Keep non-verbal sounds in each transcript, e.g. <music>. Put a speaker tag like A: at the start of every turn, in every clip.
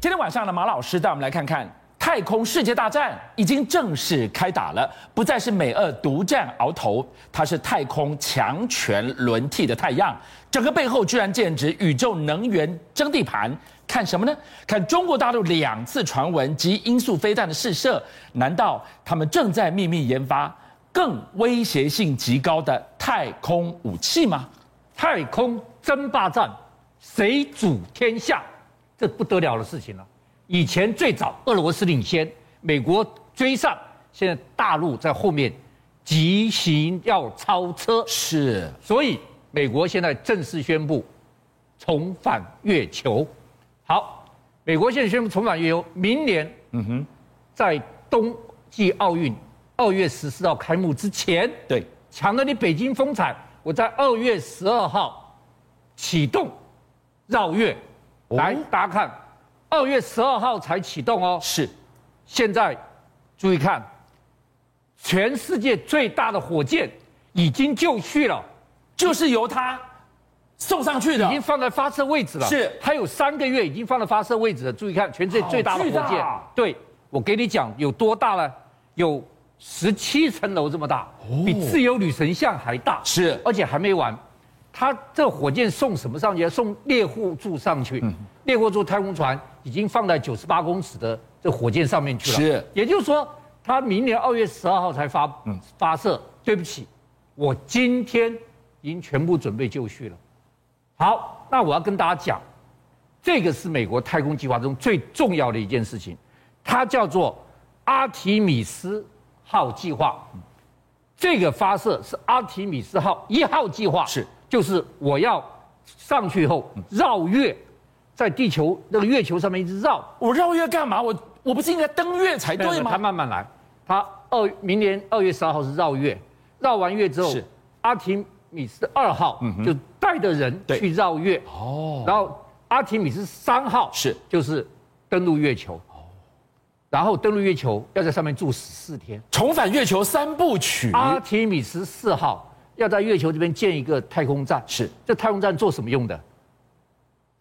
A: 今天晚上呢，马老师带我们来看看太空世界大战已经正式开打了，不再是美俄独占鳌头，它是太空强权轮替的太阳。整个背后居然剑指宇宙能源争地盘，看什么呢？看中国大陆两次传闻及音速飞弹的试射，难道他们正在秘密研发更威胁性极高的太空武器吗？
B: 太空争霸战，谁主天下？这不得了的事情了、啊。以前最早俄罗斯领先，美国追上，现在大陆在后面急行要超车。
A: 是，
B: 所以美国现在正式宣布重返月球。好，美国现在宣布重返月球，明年，嗯哼，在冬季奥运二月十四号开幕之前，
A: 对，
B: 抢了你北京风采。我在二月十二号启动绕月，哦、来大家看，二月十二号才启动哦。
A: 是，
B: 现在注意看，全世界最大的火箭已经就绪了，
A: 就是由它送上去的，
B: 已经放在发射位置了。
A: 啊是，
B: 还有三个月已经放在发射位置了。注意看，全世界最大的火箭，
A: 啊、
B: 对我给你讲有多大呢？有。十七层楼这么大，比自由女神像还大，
A: 哦是，
B: 而且还没完，它这火箭送什么上去？送猎户座上去，嗯、猎户座太空船已经放在九十八公尺的这火箭上面去了，
A: 是，
B: 也就是说，它明年二月十二号才发、嗯、发射。对不起，我今天已经全部准备就绪了。好，那我要跟大家讲，这个是美国太空计划中最重要的一件事情，它叫做阿提米斯。号计划，这个发射是阿提米斯号一号计划，
A: 是
B: 就是我要上去以后绕月，在地球那个月球上面一直绕。
A: 我绕月干嘛？我我不是应该登月才对吗？
B: 他慢慢来，他二明年二月十二号是绕月，绕完月之后，阿提米斯二号
A: 嗯
B: 就带着人去绕月，
A: 哦，
B: 然后阿提米斯三号
A: 是
B: 就是登陆月球。然后登陆月球，要在上面住十四天。
A: 重返月球三部曲，
B: 阿提米斯四号要在月球这边建一个太空站。
A: 是，
B: 这太空站做什么用的？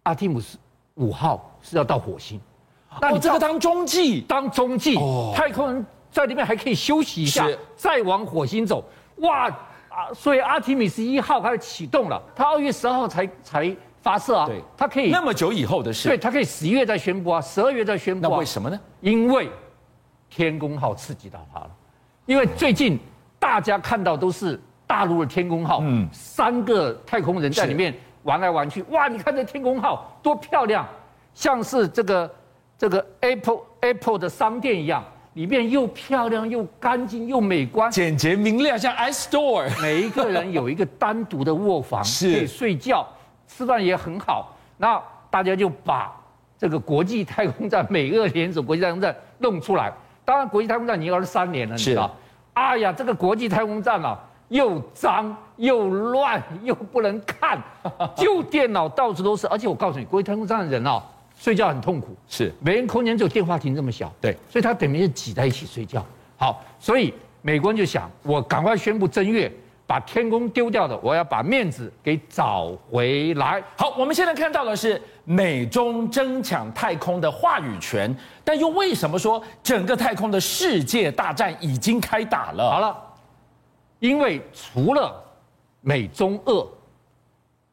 B: 阿提姆斯五号是要到火星，
A: 那你、哦、这个当中继，
B: 当中继，哦、太空人在那边还可以休息一下，再往火星走。哇啊！所以阿提米斯一号开始启动了，它二月十号才才。发射啊，
A: 对，
B: 它可以
A: 那么久以后的事，
B: 对，它可以十一月再宣布啊，十二月再宣布、啊。
A: 那为什么呢？
B: 因为天宫号刺激到它了，因为最近大家看到都是大陆的天宫号，嗯，三个太空人在里面玩来玩去，哇，你看这天宫号多漂亮，像是这个这个 Apple Apple 的商店一样，里面又漂亮又干净又美观，
A: 简洁明亮，像 i Store。
B: <laughs> 每一个人有一个单独的卧房，
A: 可
B: 以睡觉。吃饭也很好，那大家就把这个国际太空站、美俄联手国际太空站弄出来。当然，国际太空站已经二十三年了，你知道？哎呀，这个国际太空站啊，又脏又乱又不能看，旧电脑到处都是。而且我告诉你，国际太空站的人啊，睡觉很痛苦，
A: 是
B: 每人空间只有电话亭这么小，
A: 对，
B: 所以他等于是挤在一起睡觉。好，所以美国人就想，我赶快宣布正月。把天宫丢掉的，我要把面子给找回来。
A: 好，我们现在看到的是美中争抢太空的话语权，但又为什么说整个太空的世界大战已经开打了？
B: 好了，因为除了美中俄，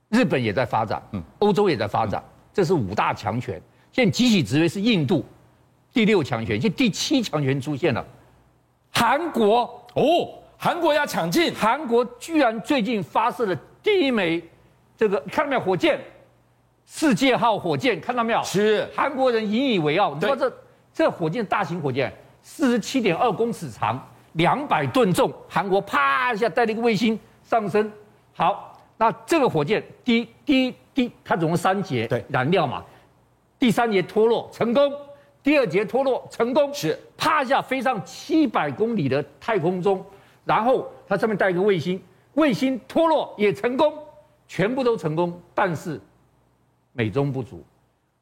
B: 日本也在发展，嗯，欧洲也在发展，嗯、这是五大强权。现在集体职位是印度，第六强权，现第七强权出现了，韩国
A: 哦。韩国要抢进，
B: 韩国居然最近发射了第一枚，这个看到没有火箭，世界号火箭看到没有？
A: 是
B: 韩国人引以为傲。你说这这火箭大型火箭，四十七点二公尺长，两百吨重，韩国啪一下带了一个卫星上升。好，那这个火箭第第第，它总共三节燃料嘛，第三节脱落成功，第二节脱落成功，
A: 是
B: 啪一下飞上七百公里的太空中。然后它上面带一个卫星，卫星脱落也成功，全部都成功。但是美中不足，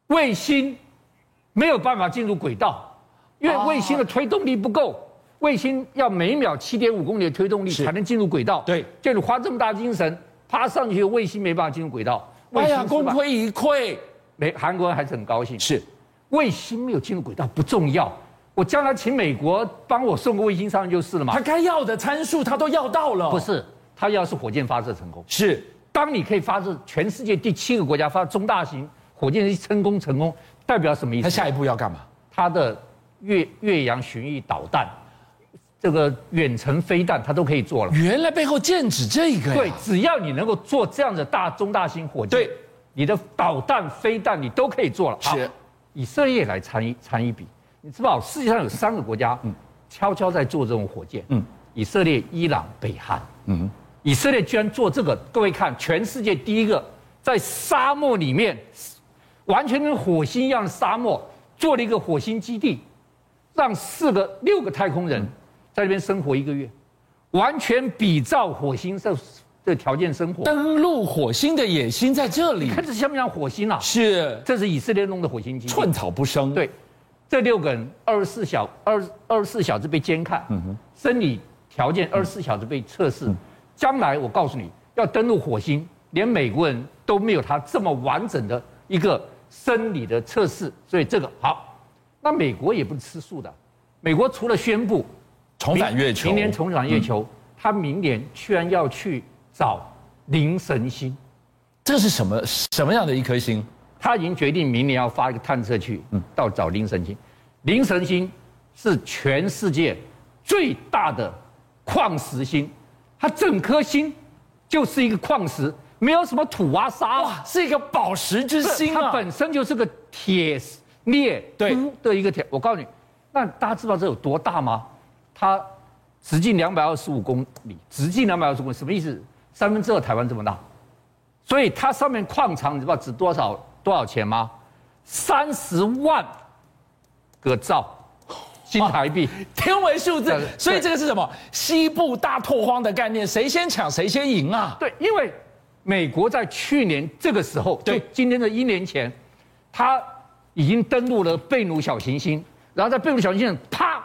B: 卫星没有办法进入轨道，因
A: 啊
B: 为卫星的推动力不够，哦、卫星要每秒七点五公里的推动力才能进入轨道。
A: 对，
B: 就你花这么大精神趴上去，
A: 哎
B: 卫星没办法进入轨道。
A: 哎呀，功亏一篑！
B: 没，韩国人还是很高兴。
A: 是，
B: 卫星没有进入轨道不重要，我将来请美国帮我送个卫星上去就是了嘛
A: 他。该要的参数他都要到了，
B: 不是，他要是火箭发射成功，
A: 是
B: 当你可以发射全世界第七个国家发射中大型火箭成功成功，代表什么意
A: 他
B: 思？
A: 下一步要干嘛？
B: 它的越越洋巡弋导弹，这个远程飞弹，它都可以做了。
A: 原来背后剑指这个呀，
B: 对，只要你能够做这样的大中大型火箭，
A: 对，
B: 你的导弹、飞弹你都可以做了。好
A: 是，
B: 以色列来参一参一笔，你知道世界上有三个国家，嗯悄悄在做这种火箭，
A: 嗯
B: 以色列、伊朗、北韩，
A: 嗯，
B: 以色列居然做这个，各位看，全世界第一个在沙漠里面，完全跟火星一样的沙漠，做了一个火星基地，让四个六个太空人在那边生活一个月，完全比照火星这这条件生活。
A: 登陆火星的野心在这里，
B: 看这像不像火星啊？
A: 是
B: 这是以色列弄的火星基地。
A: 寸草不生。，
B: 对，这六个人二十四小二二十四小时被监看，
A: 嗯
B: 生理条件二十四小时被测试。将来我告诉你，要登陆火星，连美国人都没有他这么完整的一个生理的测试，所以这个好。那美国也不是吃素的，美国除了宣布
A: 重返月球，嗯
B: 明年重返月球，他明年居然要去找灵神星。
A: 这是什么什么样的一颗星？
B: 他已经决定明年要发一个探测器，到找林神星。林神星是全世界最大的矿石星，它整颗星就是一个矿石，没有什么土啊沙啊，
A: 哇，是一个宝石之星
B: 它
A: 啊！
B: 本身就是个铁镍
A: 对
B: 钴的一个铁。我告诉你，那大家知道这有多大吗？它直径两百二十五公里，直径两百二十公里，什么意思？三分之二台湾这么大，所以它上面矿场你知道值多少多少钱吗？三十万个兆新台币。
A: 天文数字
B: 对，对
A: 所以这个是什么？西部大拓荒的概念，谁先抢谁先赢啊！
B: 对，因为美国在去年这个时候，
A: 对
B: 就今天的一年前，它已经登陆了贝努小行星，然后在贝努小行星上啪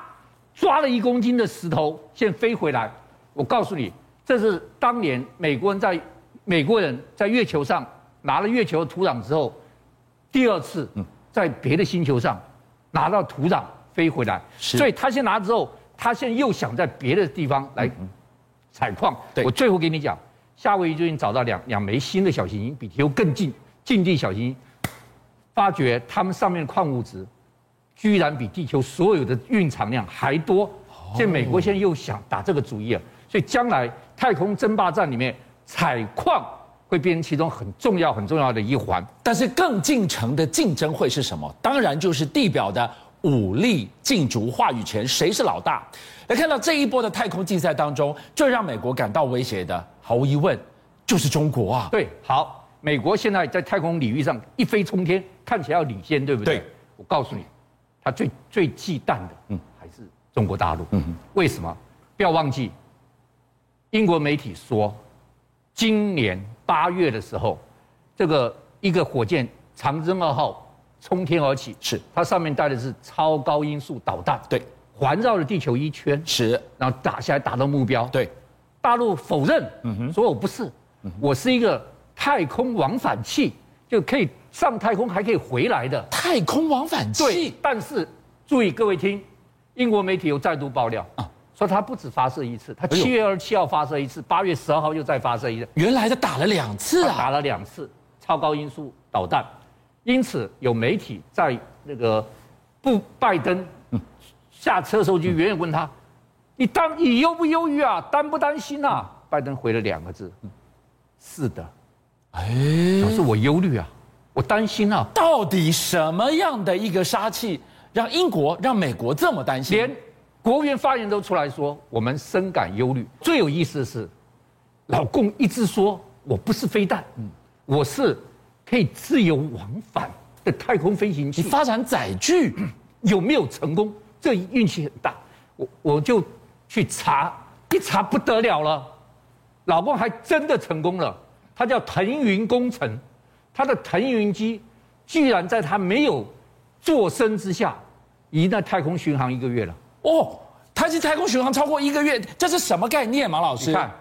B: 抓了一公斤的石头，先飞回来。我告诉你，这是当年美国人在美国人在月球上拿了月球的土壤之后，第二次
A: 嗯
B: 在别的星球上拿到土壤飞回来，
A: 是
B: 所以他先拿之后，他现在又想在别的地方来采矿。
A: 嗯对
B: 我最后给你讲，夏威夷最近找到两两枚新的小行星，比地球更近近地小行星，发觉它们上面的矿物质居然比地球所有的蕴藏量还多。
A: 哦
B: 现在美国现在又想打这个主意了，所以将来太空争霸战里面采矿会变成其中很重要很重要的一环。
A: 但是更进程的竞争会是什么？当然就是地表的武力竞逐话语权，谁是老大？来看到这一波的太空竞赛当中，最让美国感到威胁的，毫无疑问就是中国啊！
B: 对，好，美国现在在太空领域上一飞冲天，看起来要领先，对不对？
A: 对
B: 我告诉你，他最最忌惮的，嗯，还是中国大陆。嗯，为什么？不要忘记，英国媒体说，今年八月的时候，这个一个火箭长征二号冲天而起，
A: 是
B: 它上面带的是超高音速导弹，
A: 对，
B: 环绕了地球一圈，
A: 是，
B: 然后打下来打到目标，
A: 对，
B: 大陆否认，说我不是，我是一个太空往返器，就可以上太空还可以回来的。
A: 太空往返
B: 对
A: 器，，
B: 但是注意各位听，英国媒体又再度爆料说它不止发射一次，它
A: 呦
B: 七月二十七号发射一次，八月十二号又再发射一次，
A: 原来的打了两次
B: 他打
A: 啊！
B: 了两次超高音速导弹，因此有媒体在那个布拜登下车的时候就远远问他：“你担你忧不忧郁啊？担不担心啊？”拜登回了两个字：“是的。”
A: 哎，
B: 表示我忧虑啊，我担心啊，
A: 到底什么样的一个杀气，让英国、让美国这么担心？
B: 连国务院发言人都出来说我们深感忧虑。最有意思的是，老共一直说我不是飞弹，我是可以自由往返的太空飞行
A: 你
B: 器。
A: 发展载具，
B: 有没有成功，这运气很大。我我就去查，一查不得了了，老公还真的成功了。他叫腾云工程，他的腾云机居然在他没有坐身之下，一在太空巡航一个月了。
A: 哦，它是太空巡航超过一个月，这是什么概念，马老师？
B: 你看，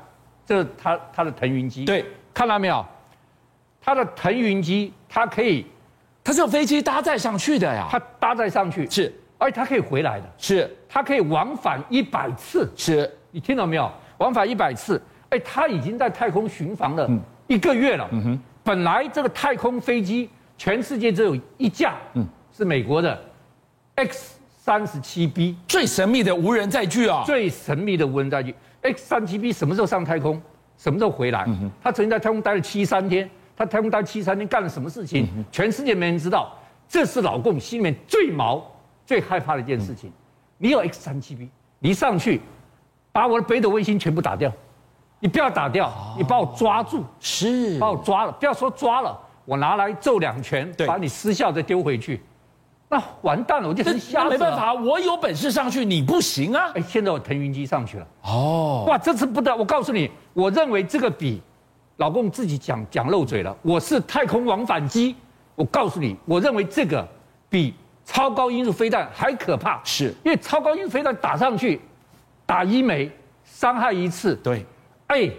B: 这他他的腾云机，
A: 对，
B: 看到没有？他的腾云机，它可以
A: 它是有飞机搭载上去的呀。
B: 它搭载上去，
A: 是
B: 而且它可以回来的，
A: 是
B: 它可以往返一百次，
A: 是，
B: 你听到没有？往返一百次，哎，它已经在太空巡防了一个月了。本来这个太空飞机全世界只有一架，是美国的 X 三十七 B
A: 最神秘的无人载具啊、
B: 最神秘的无人载具 X 三七 B 什么时候上太空，什么时候回来？
A: 嗯
B: 它曾经在太空待了七三天，它太空待七三天干了什么事
A: 嗯
B: 情，全世界没人知道。这是老共心里面最毛、最害怕的一件事
A: 嗯
B: 情。你有 X 三七 B，你一上去，把我的北斗卫星全部打掉，你不要打掉，
A: 哦
B: 你把我抓住，
A: 嗯是
B: 把我抓了，不要说抓了，我拿来揍两拳，
A: 对
B: 把你失效再丢回去，那完蛋了，我就
A: 那
B: 成瞎子了。
A: 没办法，我有本事上去，你不行啊。
B: 哎，现在我腾云机上去了。
A: 哦，
B: 哇，这次不得！我告诉你，我认为这个比老共自己讲讲漏嘴了。我是太空往返机，我告诉你，我认为这个比超高音速飞弹还可怕，
A: 是
B: 因为超高音速飞弹打上去，打一枚伤害一次，
A: 对，
B: 哎，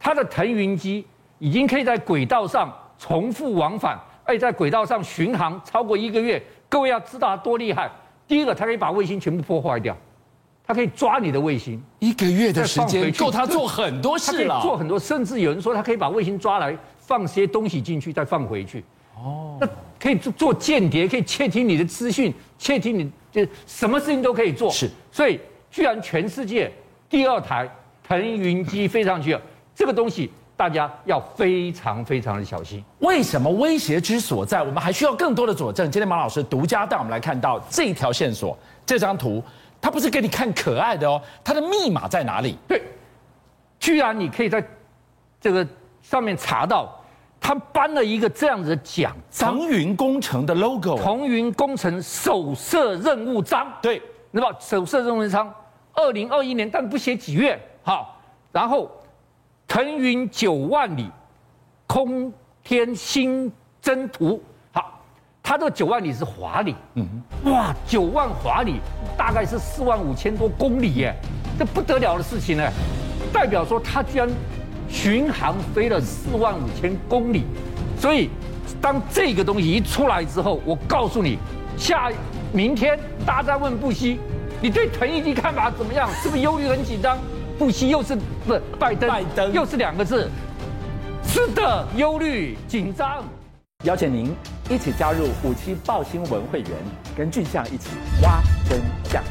B: 它的腾云机已经可以在轨道上重复往返，哎，在轨道上巡航超过一个月。各位要知道它多厉害。第一个，它可以把卫星全部破坏掉，它可以抓你的卫星。
A: 一个月的时
B: 再放
A: 间
B: 回去
A: 够他做很多
B: 他可
A: 事
B: 以
A: 了。
B: 做很多，甚至有人说他可以把卫星抓来放些东西进去，再放回去。哦，那可以做做间谍，可以窃听你的资讯，窃听你就什么事情都可以做。
A: 是，
B: 所以居然全世界第二台腾云机飞上去了，这个东西大家要非常非常的小心。
A: 为什么威胁之所在？我们还需要更多的佐证。今天马老师独家带我们来看到这条线索，这张图，它不是给你看可爱的哦，它的密码在哪里？
B: 对，居然你可以在这个上面查到，他颁了一个这样子的奖，
A: 长云工程的 logo，啊
B: 腾云工程首设任务章。
A: 对，
B: 那么首设任文昌，二零二一年，但不写几月，好，然后腾云九万里，空天新征途，好，它这个九万里是华里，嗯，哇，九万华里大概是四万五千多公里耶，这不得了的事情呢，代表说它居然巡航飞了四万五千公里，所以当这个东西一出来之后，我告诉你，下明天大家问布希，你对腾云机看法怎么样？是不是忧虑很紧张？布希又是不是拜登，
A: 拜登
B: 又是两个字，是的，忧虑紧张。
C: 邀请您一起加入五七报新闻会员，跟俊相一起挖真相。